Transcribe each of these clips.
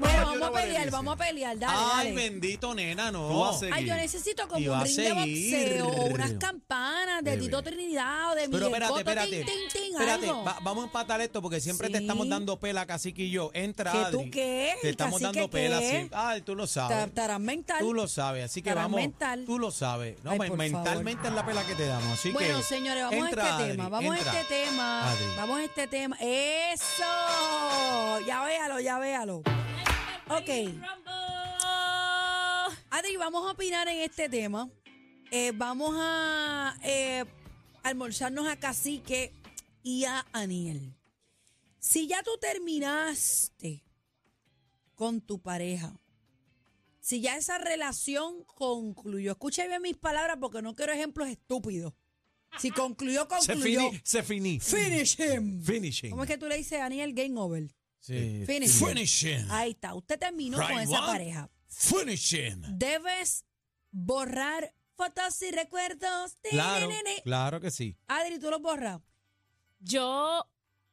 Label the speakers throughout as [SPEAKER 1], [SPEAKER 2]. [SPEAKER 1] Bueno,
[SPEAKER 2] yo Ah. no
[SPEAKER 1] vamos a pelear,
[SPEAKER 2] parece.
[SPEAKER 1] vamos a pelear, dale,
[SPEAKER 2] Ay,
[SPEAKER 1] dale.
[SPEAKER 2] bendito, nena,
[SPEAKER 3] Tú
[SPEAKER 2] no.
[SPEAKER 3] vas a seguir.
[SPEAKER 1] Ay, yo necesito como
[SPEAKER 2] Y
[SPEAKER 1] un
[SPEAKER 2] va a
[SPEAKER 1] ring de
[SPEAKER 2] seguir.
[SPEAKER 1] boxeo o unas campanas de
[SPEAKER 3] Bebé.
[SPEAKER 1] Tito Trinidad o de
[SPEAKER 2] Pero
[SPEAKER 1] Miguel
[SPEAKER 2] espérate,
[SPEAKER 1] Cotto,
[SPEAKER 2] espérate.
[SPEAKER 1] tin, tin, tin,
[SPEAKER 2] Espérate,
[SPEAKER 1] algo.
[SPEAKER 2] va- vamos a empatar esto porque siempre te
[SPEAKER 1] Sí.
[SPEAKER 2] estamos dando pela, cacique y yo. Entra,
[SPEAKER 1] ¿Que
[SPEAKER 2] Adri.
[SPEAKER 1] tú qué?
[SPEAKER 2] Te estamos
[SPEAKER 1] ¿Cacique
[SPEAKER 2] dando pela
[SPEAKER 1] qué?
[SPEAKER 2] siempre. Ay, tú lo sabes.
[SPEAKER 1] Ta- Tarán mental.
[SPEAKER 2] Tú lo sabes, así que
[SPEAKER 1] Tarán
[SPEAKER 2] vamos.
[SPEAKER 1] mental.
[SPEAKER 2] Tú lo sabes. No,
[SPEAKER 1] Ay,
[SPEAKER 2] men-
[SPEAKER 1] por favor.
[SPEAKER 2] mentalmente es la pela que te damos. Así
[SPEAKER 1] Bueno,
[SPEAKER 2] que
[SPEAKER 1] señores, vamos
[SPEAKER 2] entra,
[SPEAKER 1] a este
[SPEAKER 2] Adri,
[SPEAKER 1] tema, vamos
[SPEAKER 2] entra.
[SPEAKER 1] a este tema,
[SPEAKER 2] Adri.
[SPEAKER 1] vamos a este tema. ¡Eso! Ya véalo, ya véalo. Ok. Adri, vamos a opinar en este tema. Eh, vamos a eh, almorzarnos a Cacique y a Aniel. Si ya tú terminaste con tu pareja, si ya esa relación concluyó, escucha bien mis palabras porque no quiero ejemplos estúpidos. Si concluyó,
[SPEAKER 3] Se
[SPEAKER 1] concluyó.
[SPEAKER 3] fini, se fini.
[SPEAKER 1] Finish him.
[SPEAKER 3] Finishing.
[SPEAKER 1] ¿Cómo es que tú le dices a Aniel game over?
[SPEAKER 2] Sí.
[SPEAKER 1] Finish.
[SPEAKER 3] Finishing.
[SPEAKER 1] Ahí está, usted terminó
[SPEAKER 3] Right
[SPEAKER 1] con esa
[SPEAKER 3] one.
[SPEAKER 1] pareja.
[SPEAKER 3] Finishing.
[SPEAKER 1] Debes borrar fotos y recuerdos. Ti,
[SPEAKER 2] Claro,
[SPEAKER 1] ni, ni, ni.
[SPEAKER 2] claro que sí.
[SPEAKER 1] Adri, tú los borras.
[SPEAKER 4] Yo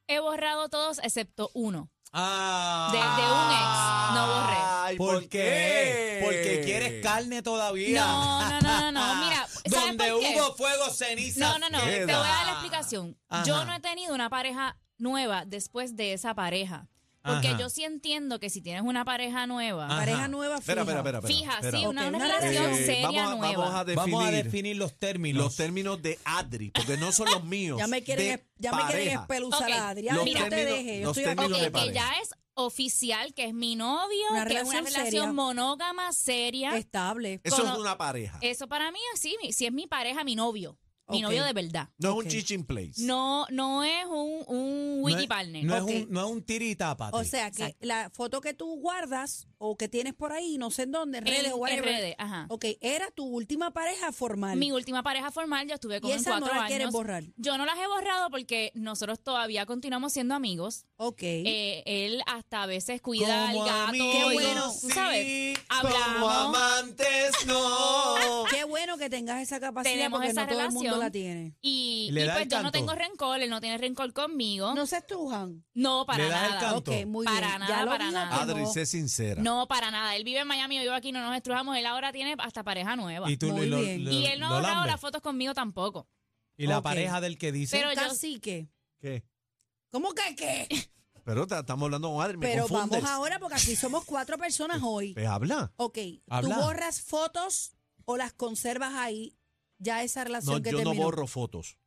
[SPEAKER 4] he borrado todos excepto uno.
[SPEAKER 2] Ah.
[SPEAKER 4] De- de un ex, no borré.
[SPEAKER 3] Ay,
[SPEAKER 2] ¿Por, qué? Porque quieres carne todavía. Ah,
[SPEAKER 4] No, no, no, no, no. Mira, ¿sabes
[SPEAKER 2] Donde
[SPEAKER 4] por qué?
[SPEAKER 2] hubo fuego, ceniza.
[SPEAKER 4] No, no, no. Te
[SPEAKER 3] queda.
[SPEAKER 4] voy a dar la explicación. Yo
[SPEAKER 2] Ajá.
[SPEAKER 4] no he tenido una pareja nueva después de esa pareja. Porque
[SPEAKER 2] Ajá. Ah,
[SPEAKER 4] yo sí entiendo que si tienes una pareja nueva,
[SPEAKER 2] Ajá.
[SPEAKER 1] Pareja nueva, fija.
[SPEAKER 3] Espera, espera, espera. espera,
[SPEAKER 4] fija,
[SPEAKER 3] espera. Eh,
[SPEAKER 4] sí, una,
[SPEAKER 1] Ok,
[SPEAKER 4] una
[SPEAKER 1] una
[SPEAKER 4] relación
[SPEAKER 1] relación.
[SPEAKER 4] seria
[SPEAKER 3] vamos, a,
[SPEAKER 4] nueva.
[SPEAKER 3] vamos a definir,
[SPEAKER 2] Vamos Eh, a definir los términos.
[SPEAKER 3] los términos de Adri, porque no son los míos.
[SPEAKER 1] Ya me quieren,
[SPEAKER 3] de
[SPEAKER 1] ya me quieren
[SPEAKER 3] pareja.
[SPEAKER 1] espeluzar
[SPEAKER 4] Ok,
[SPEAKER 1] a Adri. Adri,
[SPEAKER 4] los
[SPEAKER 1] no te
[SPEAKER 3] términos-
[SPEAKER 1] dejes. Yo
[SPEAKER 3] los
[SPEAKER 1] estoy
[SPEAKER 3] términos
[SPEAKER 1] aquí.
[SPEAKER 3] de
[SPEAKER 4] Ok, que
[SPEAKER 3] pareja.
[SPEAKER 4] ya es oficial, que es mi novio,
[SPEAKER 1] Una
[SPEAKER 4] que es una
[SPEAKER 1] relación
[SPEAKER 4] relación
[SPEAKER 1] seria.
[SPEAKER 4] monógama, seria.
[SPEAKER 1] Estable.
[SPEAKER 3] Eso
[SPEAKER 4] Cono-
[SPEAKER 3] es una pareja.
[SPEAKER 1] Eh,
[SPEAKER 4] Eso para mí, sí, mi- si es mi pareja, mi novio. Mi
[SPEAKER 1] Ok.
[SPEAKER 4] novio de verdad.
[SPEAKER 3] no
[SPEAKER 1] ok.
[SPEAKER 3] es un chiching place.
[SPEAKER 4] No, no es un, un
[SPEAKER 2] No
[SPEAKER 4] wiki
[SPEAKER 2] es-
[SPEAKER 4] partner.
[SPEAKER 2] No,
[SPEAKER 1] Ok.
[SPEAKER 2] es un, no es un tiri y tapa.
[SPEAKER 1] O sea que
[SPEAKER 4] Exacto.
[SPEAKER 1] la foto que tú guardas o que tienes por ahí, no sé en dónde, en
[SPEAKER 4] En-
[SPEAKER 1] redes o
[SPEAKER 4] en
[SPEAKER 1] whatever.
[SPEAKER 4] redes, ajá.
[SPEAKER 1] Ok, era tu última pareja formal.
[SPEAKER 4] Mi última pareja formal, yo estuve con
[SPEAKER 1] y
[SPEAKER 4] él
[SPEAKER 1] esa no
[SPEAKER 4] cuatro
[SPEAKER 1] la quieres
[SPEAKER 4] años.
[SPEAKER 1] borrar.
[SPEAKER 4] Yo no las he borrado porque nosotros todavía continuamos siendo amigos.
[SPEAKER 1] Ok.
[SPEAKER 4] Eh, él hasta a veces cuida al gato.
[SPEAKER 1] Qué
[SPEAKER 4] y-
[SPEAKER 1] bueno.
[SPEAKER 4] tú ¿sabes? Hablamos,
[SPEAKER 2] amantes, no.
[SPEAKER 1] Qué bueno que tengas esa capacidad
[SPEAKER 4] tenemos
[SPEAKER 1] porque
[SPEAKER 4] esa
[SPEAKER 1] no todo el mundo
[SPEAKER 4] relación.
[SPEAKER 1] la tiene.
[SPEAKER 4] Y,
[SPEAKER 2] ¿Le
[SPEAKER 4] y
[SPEAKER 2] da
[SPEAKER 4] pues
[SPEAKER 2] el
[SPEAKER 4] yo no
[SPEAKER 2] canto?
[SPEAKER 4] tengo rencor, él no tiene rencor conmigo. No,
[SPEAKER 1] No se estrujan.
[SPEAKER 4] para
[SPEAKER 2] ¿Le da el
[SPEAKER 4] nada.
[SPEAKER 2] canto?
[SPEAKER 1] Ok, muy
[SPEAKER 4] Para
[SPEAKER 1] bien.
[SPEAKER 4] nada,
[SPEAKER 1] ya lo
[SPEAKER 4] para
[SPEAKER 1] dijo
[SPEAKER 4] nada.
[SPEAKER 1] que
[SPEAKER 3] Adri,
[SPEAKER 1] no.
[SPEAKER 3] sé sincera.
[SPEAKER 4] No, para nada. Él vive en Miami, yo vivo aquí, no nos estrujamos. Él ahora tiene hasta pareja nueva.
[SPEAKER 2] Y, tú,
[SPEAKER 1] Muy
[SPEAKER 2] y lo-
[SPEAKER 1] bien.
[SPEAKER 2] lo-
[SPEAKER 4] Y él no
[SPEAKER 2] lo
[SPEAKER 4] ha borrado
[SPEAKER 2] lambe.
[SPEAKER 4] las fotos conmigo tampoco.
[SPEAKER 2] Y la
[SPEAKER 1] Ok.
[SPEAKER 2] pareja del que dice.
[SPEAKER 4] Pero yo,
[SPEAKER 1] Cacique.
[SPEAKER 3] ¿Qué?
[SPEAKER 1] ¿Cómo que qué?
[SPEAKER 3] Pero ta- estamos hablando con Adri, me
[SPEAKER 1] Pero
[SPEAKER 3] confundes.
[SPEAKER 1] vamos ahora porque aquí somos cuatro personas hoy.
[SPEAKER 3] Pues habla.
[SPEAKER 1] Ok,
[SPEAKER 2] Habla.
[SPEAKER 1] ¿tú borras fotos o las conservas ahí? Ya esa relación
[SPEAKER 3] No,
[SPEAKER 1] que
[SPEAKER 3] yo no
[SPEAKER 1] terminó.
[SPEAKER 3] borro fotos.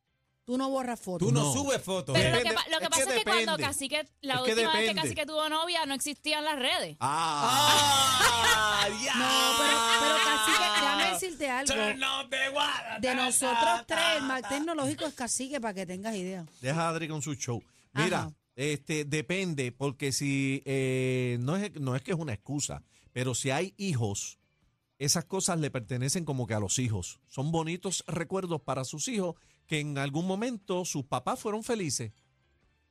[SPEAKER 1] Tú no borras fotos.
[SPEAKER 2] tú no,
[SPEAKER 3] No.
[SPEAKER 2] subes fotos.
[SPEAKER 4] Pero
[SPEAKER 2] ¿eh?
[SPEAKER 4] lo que,
[SPEAKER 3] Depende,
[SPEAKER 4] pa- lo que
[SPEAKER 3] es que
[SPEAKER 4] pasa es que, cuando
[SPEAKER 3] depende.
[SPEAKER 4] Cacique, la
[SPEAKER 3] Es que
[SPEAKER 4] última vez que
[SPEAKER 3] depende.
[SPEAKER 4] Cacique tuvo novia, no existían las redes.
[SPEAKER 1] Ah,
[SPEAKER 3] ¡Ah! ya.
[SPEAKER 1] No, pero, pero Cacique, déjame decirte algo. De nosotros tres, el más tecnológico es Cacique, para que tengas idea.
[SPEAKER 3] Deja a Adri con su show. Mira,
[SPEAKER 1] Ajá.
[SPEAKER 3] este depende, porque si eh, no, es, no es que es una excusa, pero si hay hijos, esas cosas le pertenecen como que a los hijos. Son bonitos recuerdos para sus hijos que en algún momento sus papás fueron felices,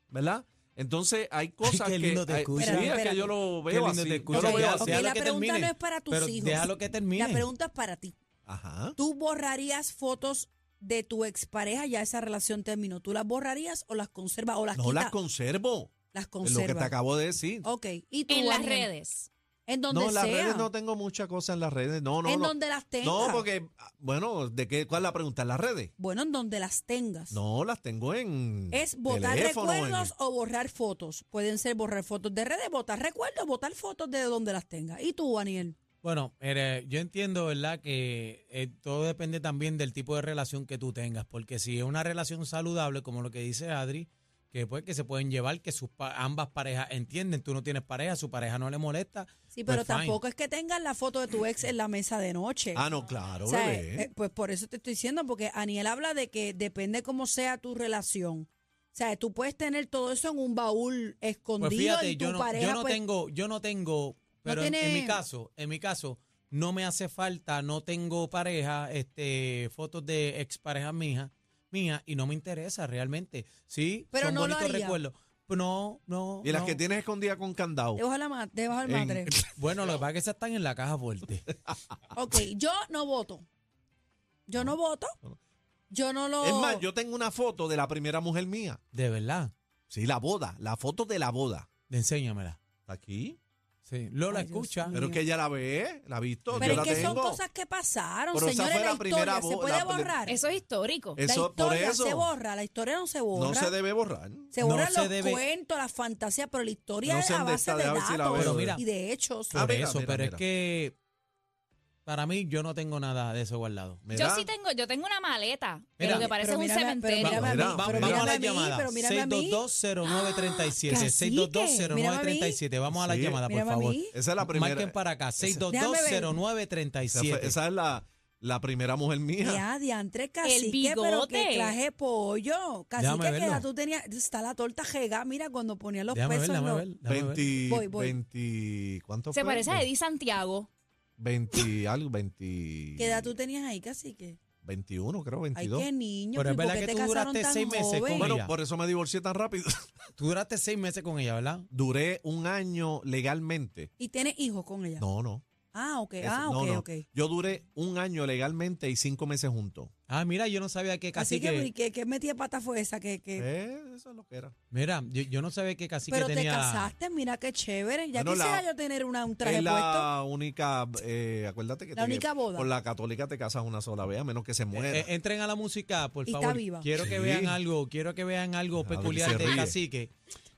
[SPEAKER 3] ¿verdad? Entonces hay cosas
[SPEAKER 2] qué lindo
[SPEAKER 3] que,
[SPEAKER 2] te
[SPEAKER 3] hay-
[SPEAKER 2] escucho.
[SPEAKER 3] sí, es
[SPEAKER 1] Espérate,
[SPEAKER 3] que yo
[SPEAKER 1] espérate.
[SPEAKER 3] lo
[SPEAKER 2] Qué
[SPEAKER 3] veo así.
[SPEAKER 2] lindo te
[SPEAKER 3] yo
[SPEAKER 2] escucho.
[SPEAKER 3] lo
[SPEAKER 1] Ok,
[SPEAKER 3] veo
[SPEAKER 2] Ya,
[SPEAKER 1] ok,
[SPEAKER 3] así.
[SPEAKER 2] déjalo
[SPEAKER 1] la
[SPEAKER 2] que
[SPEAKER 1] pregunta
[SPEAKER 2] termine.
[SPEAKER 1] no es para tus
[SPEAKER 2] Pero
[SPEAKER 1] hijos.
[SPEAKER 2] déjalo que termine.
[SPEAKER 1] La pregunta es para ti.
[SPEAKER 3] Ajá.
[SPEAKER 1] ¿Tú borrarías fotos de tu expareja? Ya esa relación terminó. ¿Tú las borrarías o las conservas o las
[SPEAKER 3] No
[SPEAKER 1] quitas?
[SPEAKER 3] las conservo.
[SPEAKER 1] Las
[SPEAKER 3] Es lo que te
[SPEAKER 1] conservas.
[SPEAKER 3] acabo de decir.
[SPEAKER 1] Ok, ¿y tú,
[SPEAKER 4] En las
[SPEAKER 1] Ángel?
[SPEAKER 4] redes.
[SPEAKER 1] En donde
[SPEAKER 3] No,
[SPEAKER 1] sea.
[SPEAKER 3] las redes no tengo mucha cosa en las redes. No, no,
[SPEAKER 1] en
[SPEAKER 3] no.
[SPEAKER 1] donde las tengas.
[SPEAKER 3] No, porque, ah, bueno, ¿de qué, ¿cuál es la pregunta? ¿En las redes?
[SPEAKER 1] Bueno, en donde las tengas.
[SPEAKER 3] No, las tengo en.
[SPEAKER 1] Es botar
[SPEAKER 3] teléfono, en-
[SPEAKER 1] recuerdos o borrar fotos. Pueden ser borrar fotos de redes, botar recuerdos, botar fotos de donde las tengas. ¿Y tú, Daniel?
[SPEAKER 2] Bueno, mire, yo entiendo, ¿verdad? Que eh, todo depende también del tipo de relación que tú tengas, porque si es una relación saludable, como lo que dice Adri, que pues que se pueden llevar, que sus pa- ambas parejas entienden, tú no tienes pareja, su pareja no le molesta.
[SPEAKER 1] Sí, pero
[SPEAKER 2] Pues fine.
[SPEAKER 1] tampoco es que tengas la foto de tu ex en la mesa de noche.
[SPEAKER 3] Ah, no, claro,
[SPEAKER 1] O sea,
[SPEAKER 3] bebé.
[SPEAKER 1] eh, pues por eso te estoy diciendo, porque Aniel habla de que depende cómo sea tu relación. O sea, tú puedes tener todo eso en un baúl escondido
[SPEAKER 2] Pues fíjate,
[SPEAKER 1] y tu
[SPEAKER 2] yo no,
[SPEAKER 1] pareja
[SPEAKER 2] yo no
[SPEAKER 1] pues,
[SPEAKER 2] tengo, yo no tengo, pero en- en,
[SPEAKER 1] tiene-
[SPEAKER 2] mi caso, en mi caso, no me hace falta, no tengo pareja, este, fotos de exparejas mía, mía, y no me interesa realmente. Sí,
[SPEAKER 1] Pero
[SPEAKER 2] son
[SPEAKER 1] no lo
[SPEAKER 2] bonitos
[SPEAKER 1] haría.
[SPEAKER 2] recuerdos. No, no.
[SPEAKER 3] y las
[SPEAKER 2] no.
[SPEAKER 3] que tienes escondidas con candado.
[SPEAKER 1] Debajo de la ma- debajo del
[SPEAKER 3] En-
[SPEAKER 1] matre.
[SPEAKER 2] Bueno, lo que pasa es que esas están en la caja fuerte.
[SPEAKER 1] Ok, yo no voto. Yo no voto. Yo no lo.
[SPEAKER 3] Es más, yo tengo una foto de la primera mujer mía.
[SPEAKER 2] De verdad.
[SPEAKER 3] Sí, la boda. La foto de la boda.
[SPEAKER 2] Enséñamela.
[SPEAKER 3] Está aquí.
[SPEAKER 2] Sí. Lola
[SPEAKER 1] Ay, Dios
[SPEAKER 2] escucha.
[SPEAKER 1] mío.
[SPEAKER 3] Pero es que ella la ve, la ha visto,
[SPEAKER 1] Pero
[SPEAKER 3] yo
[SPEAKER 1] es
[SPEAKER 3] la
[SPEAKER 1] que son
[SPEAKER 3] tengo.
[SPEAKER 1] cosas que pasaron,
[SPEAKER 3] Pero esa
[SPEAKER 1] señores.
[SPEAKER 3] fue
[SPEAKER 1] La
[SPEAKER 3] la primera
[SPEAKER 1] historia se
[SPEAKER 3] vo-
[SPEAKER 1] puede
[SPEAKER 3] la-
[SPEAKER 1] borrar.
[SPEAKER 4] Eso es histórico.
[SPEAKER 1] la
[SPEAKER 3] Eso, por
[SPEAKER 1] historia
[SPEAKER 3] eso.
[SPEAKER 1] se borra, la historia no se borra.
[SPEAKER 3] No se debe borrar.
[SPEAKER 1] Se
[SPEAKER 2] No
[SPEAKER 1] borran
[SPEAKER 2] se
[SPEAKER 1] los
[SPEAKER 2] debe-
[SPEAKER 1] cuentos, las fantasías, pero la historia
[SPEAKER 3] No
[SPEAKER 1] es
[SPEAKER 3] sé
[SPEAKER 1] a
[SPEAKER 3] dónde
[SPEAKER 1] base
[SPEAKER 3] está,
[SPEAKER 1] de
[SPEAKER 3] deja ver
[SPEAKER 1] datos
[SPEAKER 3] si la
[SPEAKER 2] veo. Pero mira,
[SPEAKER 1] y de hechos.
[SPEAKER 3] Ah,
[SPEAKER 2] Por
[SPEAKER 3] mira,
[SPEAKER 2] eso,
[SPEAKER 3] mira,
[SPEAKER 2] pero
[SPEAKER 3] mira.
[SPEAKER 2] es que para mí yo no tengo nada de eso guardado.
[SPEAKER 3] Mira.
[SPEAKER 4] Yo sí tengo, yo tengo una maleta,
[SPEAKER 2] Mira.
[SPEAKER 4] pero que parece
[SPEAKER 1] Pero
[SPEAKER 4] un
[SPEAKER 1] mírame-
[SPEAKER 4] cementerio.
[SPEAKER 1] pero mírame a mí,
[SPEAKER 3] Mira,
[SPEAKER 2] Va-
[SPEAKER 1] pero
[SPEAKER 3] mira.
[SPEAKER 2] vamos a
[SPEAKER 1] mírame
[SPEAKER 2] la
[SPEAKER 1] a mí,
[SPEAKER 2] llamada.
[SPEAKER 1] pero mírame a mí.
[SPEAKER 2] 6220937.
[SPEAKER 1] Ah, cacique, mírame a mí.
[SPEAKER 2] 6220937. Vamos a la
[SPEAKER 3] Sí.
[SPEAKER 2] llamada, por
[SPEAKER 1] Mírame a
[SPEAKER 2] favor.
[SPEAKER 1] mí.
[SPEAKER 3] Esa es la primera.
[SPEAKER 2] Marquen para acá.
[SPEAKER 3] Esa, fue-
[SPEAKER 2] 6220937.
[SPEAKER 3] esa es la, la primera mujer mía.
[SPEAKER 1] Ya, diantre cacique, pero
[SPEAKER 4] bigote.
[SPEAKER 1] que traje pollo. Cacique,
[SPEAKER 2] Déjame
[SPEAKER 1] que la
[SPEAKER 2] verlo.
[SPEAKER 1] tú tenías, está la torta jega, mira, cuando ponía los
[SPEAKER 2] Déjame ver,
[SPEAKER 1] pesos. en
[SPEAKER 2] déjame
[SPEAKER 1] los-
[SPEAKER 2] ver. déjame ver.
[SPEAKER 3] 20,
[SPEAKER 1] Voy, voy.
[SPEAKER 3] 20, ¿cuánto
[SPEAKER 4] Se
[SPEAKER 3] fue?
[SPEAKER 4] parece a Eddie Santiago.
[SPEAKER 3] 20, algo, 20.
[SPEAKER 1] ¿Qué edad tú tenías ahí, cacique?
[SPEAKER 3] 21, creo,
[SPEAKER 1] Ay,
[SPEAKER 3] 22.
[SPEAKER 1] qué niño,
[SPEAKER 2] Pero es
[SPEAKER 1] ¿por
[SPEAKER 2] verdad
[SPEAKER 1] qué
[SPEAKER 2] que
[SPEAKER 1] te
[SPEAKER 2] tú
[SPEAKER 1] casaron
[SPEAKER 2] duraste
[SPEAKER 1] tan
[SPEAKER 2] seis meses con
[SPEAKER 1] joven?
[SPEAKER 2] ella.
[SPEAKER 3] Bueno, por eso me divorcié tan rápido.
[SPEAKER 2] Tú duraste seis meses con ella, ¿verdad?
[SPEAKER 3] Duré un año legalmente.
[SPEAKER 1] ¿Y tienes hijos con ella?
[SPEAKER 3] No, no.
[SPEAKER 1] Ah, ok,
[SPEAKER 3] Eso-
[SPEAKER 1] ah,
[SPEAKER 3] no,
[SPEAKER 1] ok,
[SPEAKER 3] no.
[SPEAKER 1] ok.
[SPEAKER 3] Yo duré un año legalmente y cinco meses juntos.
[SPEAKER 2] Ah, mira, yo no sabía que
[SPEAKER 1] Así
[SPEAKER 2] cacique.
[SPEAKER 1] que, ¿qué, qué metida de pata fue esa? Que, que...
[SPEAKER 3] Eh, eso es lo que era.
[SPEAKER 2] Mira, yo, yo no sabía que cacique
[SPEAKER 1] pero te
[SPEAKER 2] tenía.
[SPEAKER 1] casaste, mira qué chévere. Ya
[SPEAKER 3] Bueno, la-
[SPEAKER 1] quisiera yo tener una, un traje
[SPEAKER 3] es
[SPEAKER 1] puesto.
[SPEAKER 3] la única, eh, acuérdate que
[SPEAKER 1] La
[SPEAKER 3] te-
[SPEAKER 1] única boda.
[SPEAKER 3] por la católica te casas una sola vez, a menos que se muera.
[SPEAKER 2] Eh, eh, entren a la música, por
[SPEAKER 1] Y está
[SPEAKER 2] favor.
[SPEAKER 1] viva.
[SPEAKER 2] Quiero que
[SPEAKER 3] Sí.
[SPEAKER 2] vean algo, quiero que vean algo
[SPEAKER 3] Claro que
[SPEAKER 2] peculiar
[SPEAKER 3] se
[SPEAKER 2] de
[SPEAKER 3] ríe.
[SPEAKER 2] cacique.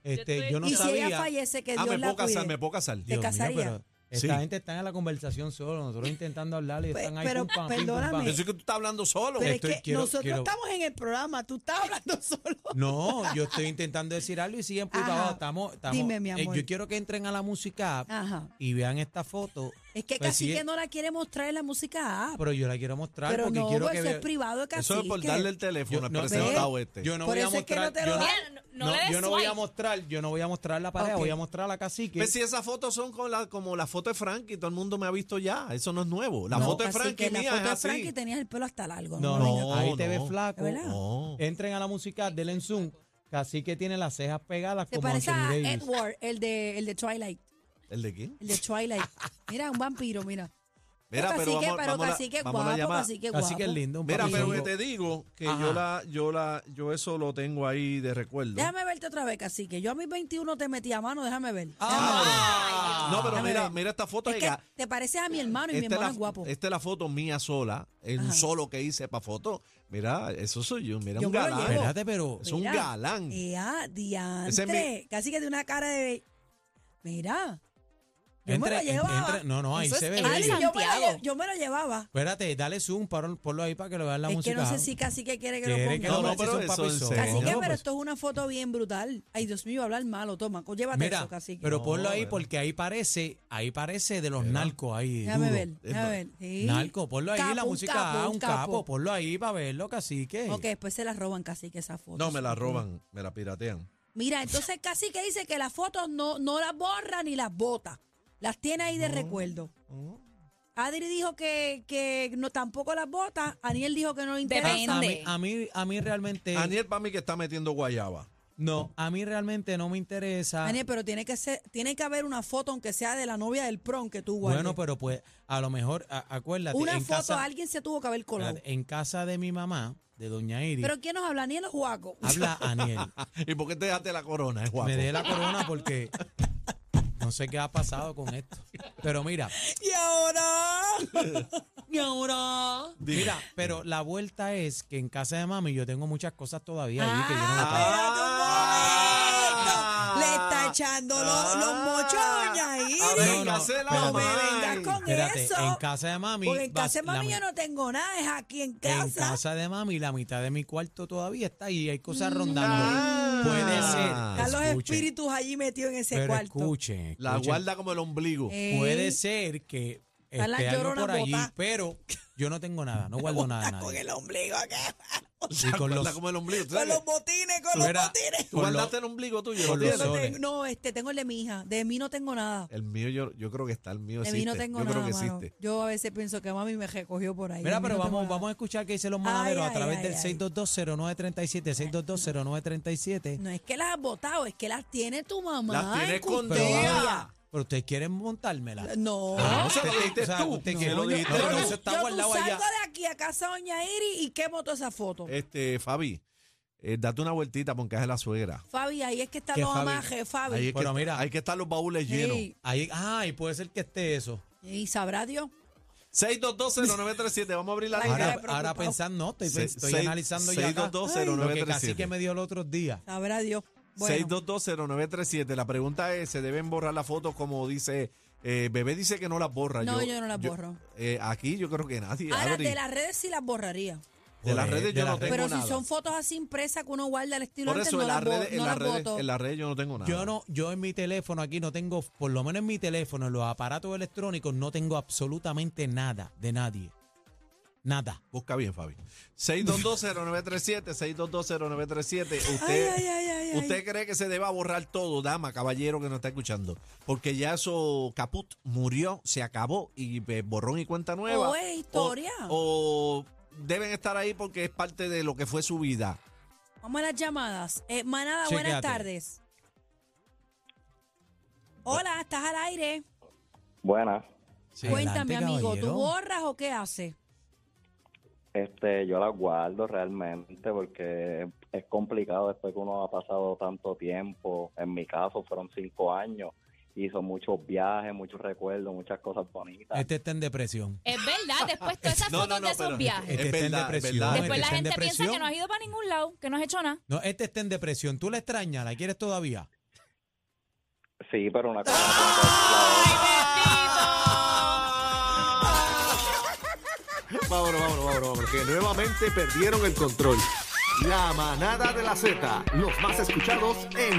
[SPEAKER 2] Este,
[SPEAKER 4] estoy-
[SPEAKER 2] yo no
[SPEAKER 1] y si
[SPEAKER 2] sabía.
[SPEAKER 1] ella fallece, que
[SPEAKER 3] ah,
[SPEAKER 1] Dios
[SPEAKER 3] me
[SPEAKER 1] la
[SPEAKER 3] puedo
[SPEAKER 1] cuide.
[SPEAKER 3] casar, me puedo casar.
[SPEAKER 1] Te casaría.
[SPEAKER 2] pero esta
[SPEAKER 3] Sí.
[SPEAKER 2] gente está en la conversación solo, nosotros intentando hablar y
[SPEAKER 1] Pe-
[SPEAKER 2] están ahí
[SPEAKER 1] pero
[SPEAKER 2] pum, pam, pim, pum,
[SPEAKER 1] perdóname.
[SPEAKER 2] pam.
[SPEAKER 3] Yo sé que tú estás hablando solo. Eh,
[SPEAKER 1] Pero
[SPEAKER 2] Estoy-
[SPEAKER 1] es que
[SPEAKER 2] quiero-
[SPEAKER 1] nosotros
[SPEAKER 2] quiero-
[SPEAKER 1] estamos en el programa, tú estás hablando solo.
[SPEAKER 2] No, yo estoy intentando decir algo y siguen
[SPEAKER 1] Ajá.
[SPEAKER 2] putados. Estamos, estamos- eh,
[SPEAKER 1] Dime, mi amor.
[SPEAKER 2] yo quiero que entren a la música app
[SPEAKER 1] Ajá.
[SPEAKER 2] y vean esta foto,
[SPEAKER 1] Es que
[SPEAKER 2] Pues
[SPEAKER 1] casi
[SPEAKER 2] sí,
[SPEAKER 1] que
[SPEAKER 2] eh.
[SPEAKER 1] no la quiere mostrar en la música app.
[SPEAKER 2] pero yo la quiero mostrar
[SPEAKER 1] Pero
[SPEAKER 2] porque
[SPEAKER 1] no,
[SPEAKER 2] quiero
[SPEAKER 1] pues,
[SPEAKER 2] que
[SPEAKER 1] eso es
[SPEAKER 2] vean.
[SPEAKER 1] privado de
[SPEAKER 3] Eso es por
[SPEAKER 1] cacique.
[SPEAKER 3] darle el teléfono al
[SPEAKER 2] no,
[SPEAKER 3] presentado
[SPEAKER 1] ve.
[SPEAKER 3] este.
[SPEAKER 2] Yo no
[SPEAKER 1] Por
[SPEAKER 2] voy a
[SPEAKER 1] eso es que no
[SPEAKER 2] mostrar,
[SPEAKER 1] te lo
[SPEAKER 2] yo no,
[SPEAKER 1] dan.
[SPEAKER 4] Mira, no- no le des
[SPEAKER 2] yo Ah, no voy a
[SPEAKER 4] swipe.
[SPEAKER 2] mostrar, yo no voy a mostrar la pareja,
[SPEAKER 1] Ok.
[SPEAKER 2] voy a mostrar a la cacique.
[SPEAKER 3] Pues si esas fotos son con la, como la foto de Frankie, todo el mundo me ha visto ya. Eso no es nuevo. La
[SPEAKER 1] No,
[SPEAKER 3] foto de
[SPEAKER 1] cacique,
[SPEAKER 3] Frankie
[SPEAKER 1] La
[SPEAKER 3] mía
[SPEAKER 1] foto de
[SPEAKER 3] es
[SPEAKER 1] Frankie
[SPEAKER 3] así.
[SPEAKER 1] tenías el pelo hasta largo.
[SPEAKER 2] No,
[SPEAKER 1] me
[SPEAKER 2] no,
[SPEAKER 1] vengas.
[SPEAKER 2] ahí
[SPEAKER 3] no,
[SPEAKER 2] te ves
[SPEAKER 3] no.
[SPEAKER 2] flaco.
[SPEAKER 1] ¿De verdad?
[SPEAKER 3] No.
[SPEAKER 2] Entren a la música, denle en zoom. Casi que tiene las cejas pegadas
[SPEAKER 1] Se
[SPEAKER 2] como
[SPEAKER 1] parece a
[SPEAKER 2] Anthony Davis.
[SPEAKER 1] Edward, el de, el de Twilight.
[SPEAKER 3] ¿El de quién?
[SPEAKER 1] El de Twilight. Mira, un vampiro, mira.
[SPEAKER 3] Mira, pero
[SPEAKER 1] cacique,
[SPEAKER 3] vamos,
[SPEAKER 1] pero
[SPEAKER 3] vamos a la-
[SPEAKER 1] cacique
[SPEAKER 3] vamos a la
[SPEAKER 1] guapo,
[SPEAKER 3] llamada.
[SPEAKER 1] cacique guapo.
[SPEAKER 2] Casi que es lindo. un
[SPEAKER 3] Mira,
[SPEAKER 2] papi
[SPEAKER 3] pero que
[SPEAKER 2] chongo.
[SPEAKER 3] te digo que
[SPEAKER 2] Ajá.
[SPEAKER 3] yo la, yo la, yo eso lo tengo ahí de recuerdo.
[SPEAKER 1] Déjame verte otra vez, cacique. Yo a mis 21 te metí a mano, déjame ver.
[SPEAKER 2] Ah,
[SPEAKER 3] no, pero
[SPEAKER 1] Déjame
[SPEAKER 3] mira,
[SPEAKER 1] ver.
[SPEAKER 3] mira esta foto.
[SPEAKER 1] Es que
[SPEAKER 3] oiga,
[SPEAKER 1] te pareces a mi hermano y mi
[SPEAKER 2] Este
[SPEAKER 3] esta, es
[SPEAKER 1] hermano
[SPEAKER 3] la,
[SPEAKER 1] es guapo.
[SPEAKER 3] esta es la foto mía sola, el
[SPEAKER 1] Ajá.
[SPEAKER 3] un solo que hice para foto. Mira, eso soy yo, mira,
[SPEAKER 1] Yo
[SPEAKER 3] un
[SPEAKER 1] me lo
[SPEAKER 3] galán.
[SPEAKER 1] llevo.
[SPEAKER 2] Espérate, pero.
[SPEAKER 3] Es un
[SPEAKER 1] Mira,
[SPEAKER 3] galán.
[SPEAKER 1] Ea,
[SPEAKER 3] Ese
[SPEAKER 1] diantre.
[SPEAKER 3] es mi-
[SPEAKER 1] Casi que tiene una cara de. Mira. Yo
[SPEAKER 2] Entre,
[SPEAKER 1] me lo llevaba.
[SPEAKER 2] entre- no, no, ahí
[SPEAKER 4] Eso
[SPEAKER 2] se
[SPEAKER 4] es
[SPEAKER 2] ve.
[SPEAKER 4] Eddie
[SPEAKER 1] Ali,
[SPEAKER 2] bello.
[SPEAKER 1] yo, me lo,
[SPEAKER 4] Santiago.
[SPEAKER 1] lle- yo me lo llevaba.
[SPEAKER 2] Espérate, dale zoom, pon- ponlo ahí para que lo vean la
[SPEAKER 1] es
[SPEAKER 2] música.
[SPEAKER 1] que no sé si casi que quiere que lo
[SPEAKER 2] Quiere
[SPEAKER 1] ponga.
[SPEAKER 2] que
[SPEAKER 3] No,
[SPEAKER 2] lo
[SPEAKER 3] no,
[SPEAKER 2] vean,
[SPEAKER 3] pero
[SPEAKER 2] si son
[SPEAKER 3] eso
[SPEAKER 2] papi pues,
[SPEAKER 3] en
[SPEAKER 2] son.
[SPEAKER 3] serio.
[SPEAKER 1] Casi que,
[SPEAKER 3] No,
[SPEAKER 1] pero esto es una foto bien brutal. Ay, Dios mío, hablar malo. Toma, co- llévate
[SPEAKER 2] Mira,
[SPEAKER 1] eso, casi que.
[SPEAKER 2] pero ponlo
[SPEAKER 3] No,
[SPEAKER 2] ahí
[SPEAKER 3] bueno.
[SPEAKER 2] porque ahí parece, ahí parece de los
[SPEAKER 3] Mira.
[SPEAKER 2] narcos ahí.
[SPEAKER 1] déjame
[SPEAKER 2] duro.
[SPEAKER 1] ver, déjame ver. Sí.
[SPEAKER 2] Narco, ponlo ahí
[SPEAKER 1] Capo,
[SPEAKER 2] la
[SPEAKER 1] un
[SPEAKER 2] música,
[SPEAKER 1] capo,
[SPEAKER 2] ah,
[SPEAKER 1] un
[SPEAKER 2] un capo.
[SPEAKER 1] capo.
[SPEAKER 2] ponlo ahí para verlo, cacique.
[SPEAKER 1] Ok, después se la roban casi que esa foto.
[SPEAKER 3] No, me la roban, me la piratean.
[SPEAKER 1] Mira, entonces casi que dice que las fotos no, no las borra ni las bota. Las tiene ahí de recuerdo.
[SPEAKER 2] Oh.
[SPEAKER 1] Adri dijo que, que no tampoco las bota. Aniel dijo que no le interesa.
[SPEAKER 4] Depende.
[SPEAKER 2] A mí, a mí, a mí
[SPEAKER 1] Eh.
[SPEAKER 2] realmente,
[SPEAKER 3] Aniel para mí que está metiendo guayaba.
[SPEAKER 2] no, a mí realmente no me interesa.
[SPEAKER 1] Aniel, pero tiene que ser, tiene que haber una foto, aunque sea de la novia del prom que tú guardes.
[SPEAKER 2] Bueno, pero pues a lo mejor, a- acuérdate,
[SPEAKER 1] una
[SPEAKER 2] en,
[SPEAKER 1] foto,
[SPEAKER 2] casa,
[SPEAKER 1] alguien se tuvo que haber colado.
[SPEAKER 2] espérate, en casa de mi mamá, de doña Iris,
[SPEAKER 1] Pero Ah, ¿quién nos habla? Aniel o Juaco.
[SPEAKER 2] habla Aniel.
[SPEAKER 3] ¿Y por qué te dejaste la corona, es guapo?
[SPEAKER 2] Me dejé la corona porque no sé qué ha pasado con esto. Pero mira,
[SPEAKER 1] Y ahora. y ahora.
[SPEAKER 2] mira, pero la vuelta es que en casa de mami yo tengo muchas cosas todavía allí que yo no me traigo.
[SPEAKER 1] Ah, espérate un momento. Le está echando los- los mochones ahí.
[SPEAKER 3] A
[SPEAKER 2] No,
[SPEAKER 3] ver,
[SPEAKER 2] no,
[SPEAKER 3] casela,
[SPEAKER 2] pero-
[SPEAKER 1] No me
[SPEAKER 3] mamá.
[SPEAKER 1] vengas con
[SPEAKER 2] Espérate,
[SPEAKER 1] eso.
[SPEAKER 2] en casa de mami.
[SPEAKER 1] Porque en
[SPEAKER 2] vas-
[SPEAKER 1] casa de mami
[SPEAKER 2] la-
[SPEAKER 1] yo no tengo nada, es aquí en casa.
[SPEAKER 2] En casa de mami, la mitad de mi cuarto todavía está ahí. Hay cosas rondando.
[SPEAKER 3] Ah.
[SPEAKER 2] Puede ser.
[SPEAKER 1] Mm. Están los
[SPEAKER 2] escuchen,
[SPEAKER 1] espíritus allí metidos en ese
[SPEAKER 2] pero
[SPEAKER 1] cuarto.
[SPEAKER 2] escuchen,
[SPEAKER 3] La
[SPEAKER 2] escuchen.
[SPEAKER 3] guarda como el ombligo.
[SPEAKER 1] Ey,
[SPEAKER 2] Puede ser que
[SPEAKER 1] Están las
[SPEAKER 2] esté algo
[SPEAKER 1] lloronas
[SPEAKER 2] por allí,
[SPEAKER 1] botadas.
[SPEAKER 2] pero yo no tengo nada, no guardo nada. de
[SPEAKER 1] Ah, Con
[SPEAKER 2] nadie.
[SPEAKER 1] el ombligo acá.
[SPEAKER 2] Y
[SPEAKER 3] La
[SPEAKER 2] con
[SPEAKER 3] guarda
[SPEAKER 2] los-
[SPEAKER 3] como el ombligo. ¿Tú
[SPEAKER 1] Con
[SPEAKER 3] sabes
[SPEAKER 1] los botines, con
[SPEAKER 2] Tú
[SPEAKER 1] los
[SPEAKER 2] verás,
[SPEAKER 1] botines.
[SPEAKER 3] que
[SPEAKER 2] con
[SPEAKER 3] guardaste
[SPEAKER 2] los-
[SPEAKER 3] el ombligo tuyo?
[SPEAKER 2] con
[SPEAKER 3] ¿Lo
[SPEAKER 1] Yo
[SPEAKER 3] tienes?
[SPEAKER 1] no,
[SPEAKER 2] los soles.
[SPEAKER 1] tengo- no, este, tengo el de mi hija. De mí no tengo nada.
[SPEAKER 3] El mío, yo, yo creo que está, el mío
[SPEAKER 1] De mí
[SPEAKER 3] existe.
[SPEAKER 1] no tengo
[SPEAKER 3] yo
[SPEAKER 1] nada,
[SPEAKER 3] creo que
[SPEAKER 1] mano.
[SPEAKER 3] existe.
[SPEAKER 1] Yo a veces pienso que mami me recogió por ahí.
[SPEAKER 2] Mira,
[SPEAKER 1] De mí
[SPEAKER 2] pero
[SPEAKER 1] no tengo
[SPEAKER 2] vamos,
[SPEAKER 1] nada.
[SPEAKER 2] vamos a escuchar qué dicen los manaderos
[SPEAKER 1] Ay,
[SPEAKER 2] a través
[SPEAKER 1] ay,
[SPEAKER 2] del
[SPEAKER 1] ay,
[SPEAKER 2] 6220937, 6220937.
[SPEAKER 1] No es que las has botado, es que las tiene tu mamá.
[SPEAKER 3] Las tiene
[SPEAKER 1] en custodia.
[SPEAKER 3] escondidas.
[SPEAKER 2] Pero ustedes quieren montármela.
[SPEAKER 1] No.
[SPEAKER 3] Ah, no se lo
[SPEAKER 2] Usted-
[SPEAKER 3] dijiste
[SPEAKER 2] o sea,
[SPEAKER 3] tú.
[SPEAKER 2] usted
[SPEAKER 3] No,
[SPEAKER 2] quiere-
[SPEAKER 3] lo
[SPEAKER 2] yo-
[SPEAKER 3] dijiste
[SPEAKER 2] pero
[SPEAKER 3] tú.
[SPEAKER 1] yo
[SPEAKER 2] eso
[SPEAKER 1] tú-
[SPEAKER 2] está
[SPEAKER 1] yo tú
[SPEAKER 2] guardado
[SPEAKER 1] salgo
[SPEAKER 2] allá.
[SPEAKER 3] Eh,
[SPEAKER 1] de aquí a casa de Doña Iri y quemo toda esa foto.
[SPEAKER 3] Este, Fabi, eh, date una vueltita porque es la suegra.
[SPEAKER 1] Fabi, ahí es que están
[SPEAKER 2] ¿Qué,
[SPEAKER 1] los
[SPEAKER 2] Fabi?
[SPEAKER 1] amajes, Fabi.
[SPEAKER 3] Ahí es
[SPEAKER 2] Pero
[SPEAKER 3] que,
[SPEAKER 2] mira.
[SPEAKER 3] hay que estar los baúles llenos.
[SPEAKER 1] Sí.
[SPEAKER 2] Ahí, ay, puede ser que esté eso.
[SPEAKER 1] Y sabrá Dios.
[SPEAKER 3] 6220937, vamos a abrir la
[SPEAKER 1] Ay,
[SPEAKER 3] línea.
[SPEAKER 1] cara
[SPEAKER 2] Ahora,
[SPEAKER 1] de
[SPEAKER 2] ahora
[SPEAKER 1] preocupado.
[SPEAKER 2] pensando, no, estoy,
[SPEAKER 3] Se-
[SPEAKER 2] estoy
[SPEAKER 3] seis-
[SPEAKER 2] analizando ya acá,
[SPEAKER 3] 6220937.
[SPEAKER 2] lo que casi que me dio el otro día.
[SPEAKER 1] Sabrá Dios. Bueno,
[SPEAKER 3] 6220937. La pregunta es, ¿se deben borrar las fotos como dice... eh, Bebé dice que no las borra.
[SPEAKER 1] No, yo no las borro.
[SPEAKER 3] eh, aquí yo creo que nadie.
[SPEAKER 1] ahora
[SPEAKER 3] Adri.
[SPEAKER 1] de las redes sí las borraría.
[SPEAKER 3] Pues, De las redes yo no tengo
[SPEAKER 1] Pero
[SPEAKER 3] nada.
[SPEAKER 1] si son fotos así impresas que uno guarda al estilo
[SPEAKER 3] Por
[SPEAKER 1] antes,
[SPEAKER 3] eso
[SPEAKER 1] no
[SPEAKER 3] en, las
[SPEAKER 1] las bo-
[SPEAKER 3] redes, en,
[SPEAKER 1] no
[SPEAKER 3] las
[SPEAKER 1] las
[SPEAKER 3] redes,
[SPEAKER 1] boto.
[SPEAKER 3] en las redes yo no tengo nada.
[SPEAKER 2] Yo no, yo en mi teléfono aquí no tengo, por lo menos en mi teléfono, en los aparatos electrónicos, no tengo absolutamente nada de nadie. Nada.
[SPEAKER 3] Busca bien, Fabi. 6220937, 6220937. Usted,
[SPEAKER 1] Ay, ay, ay, ay, ay.
[SPEAKER 3] usted cree que se deba borrar todo, dama, caballero que nos está escuchando. Porque ya eso caput murió, se acabó y eh, borrón y cuenta nueva.
[SPEAKER 1] O Oh, es historia.
[SPEAKER 3] O, o deben estar ahí porque es parte de lo que fue su vida.
[SPEAKER 1] Vamos a las llamadas. Eh, manada, buenas
[SPEAKER 2] Chequéate.
[SPEAKER 1] tardes. Hola, estás al aire.
[SPEAKER 5] Buenas.
[SPEAKER 1] Cuéntame,
[SPEAKER 2] Adelante,
[SPEAKER 1] amigo, ¿tú
[SPEAKER 2] caballero.
[SPEAKER 1] borras o qué haces?
[SPEAKER 5] Este, yo la guardo realmente porque es complicado después que uno ha pasado tanto tiempo. En mi caso fueron cinco años. Hizo muchos viajes, muchos recuerdos, muchas cosas bonitas.
[SPEAKER 2] Este está en depresión.
[SPEAKER 4] Es verdad, después todas esas
[SPEAKER 3] No,
[SPEAKER 4] fotos
[SPEAKER 3] no, no,
[SPEAKER 4] de esos
[SPEAKER 3] pero-
[SPEAKER 4] viajes.
[SPEAKER 2] Este
[SPEAKER 3] Es
[SPEAKER 2] está en
[SPEAKER 3] verdad, es
[SPEAKER 2] depresión.
[SPEAKER 3] verdad.
[SPEAKER 2] este
[SPEAKER 4] Después la
[SPEAKER 2] está en
[SPEAKER 4] gente piensa que
[SPEAKER 2] depresión.
[SPEAKER 4] no has ido para ningún lado, que no has hecho nada.
[SPEAKER 2] No, este está en depresión. ¿Tú la extrañas? ¿La quieres todavía?
[SPEAKER 5] Sí, pero una cosa. no
[SPEAKER 6] Vámonos, vámonos, vámonos, vámonos, que nuevamente perdieron el control. La manada de la Z, los más escuchados en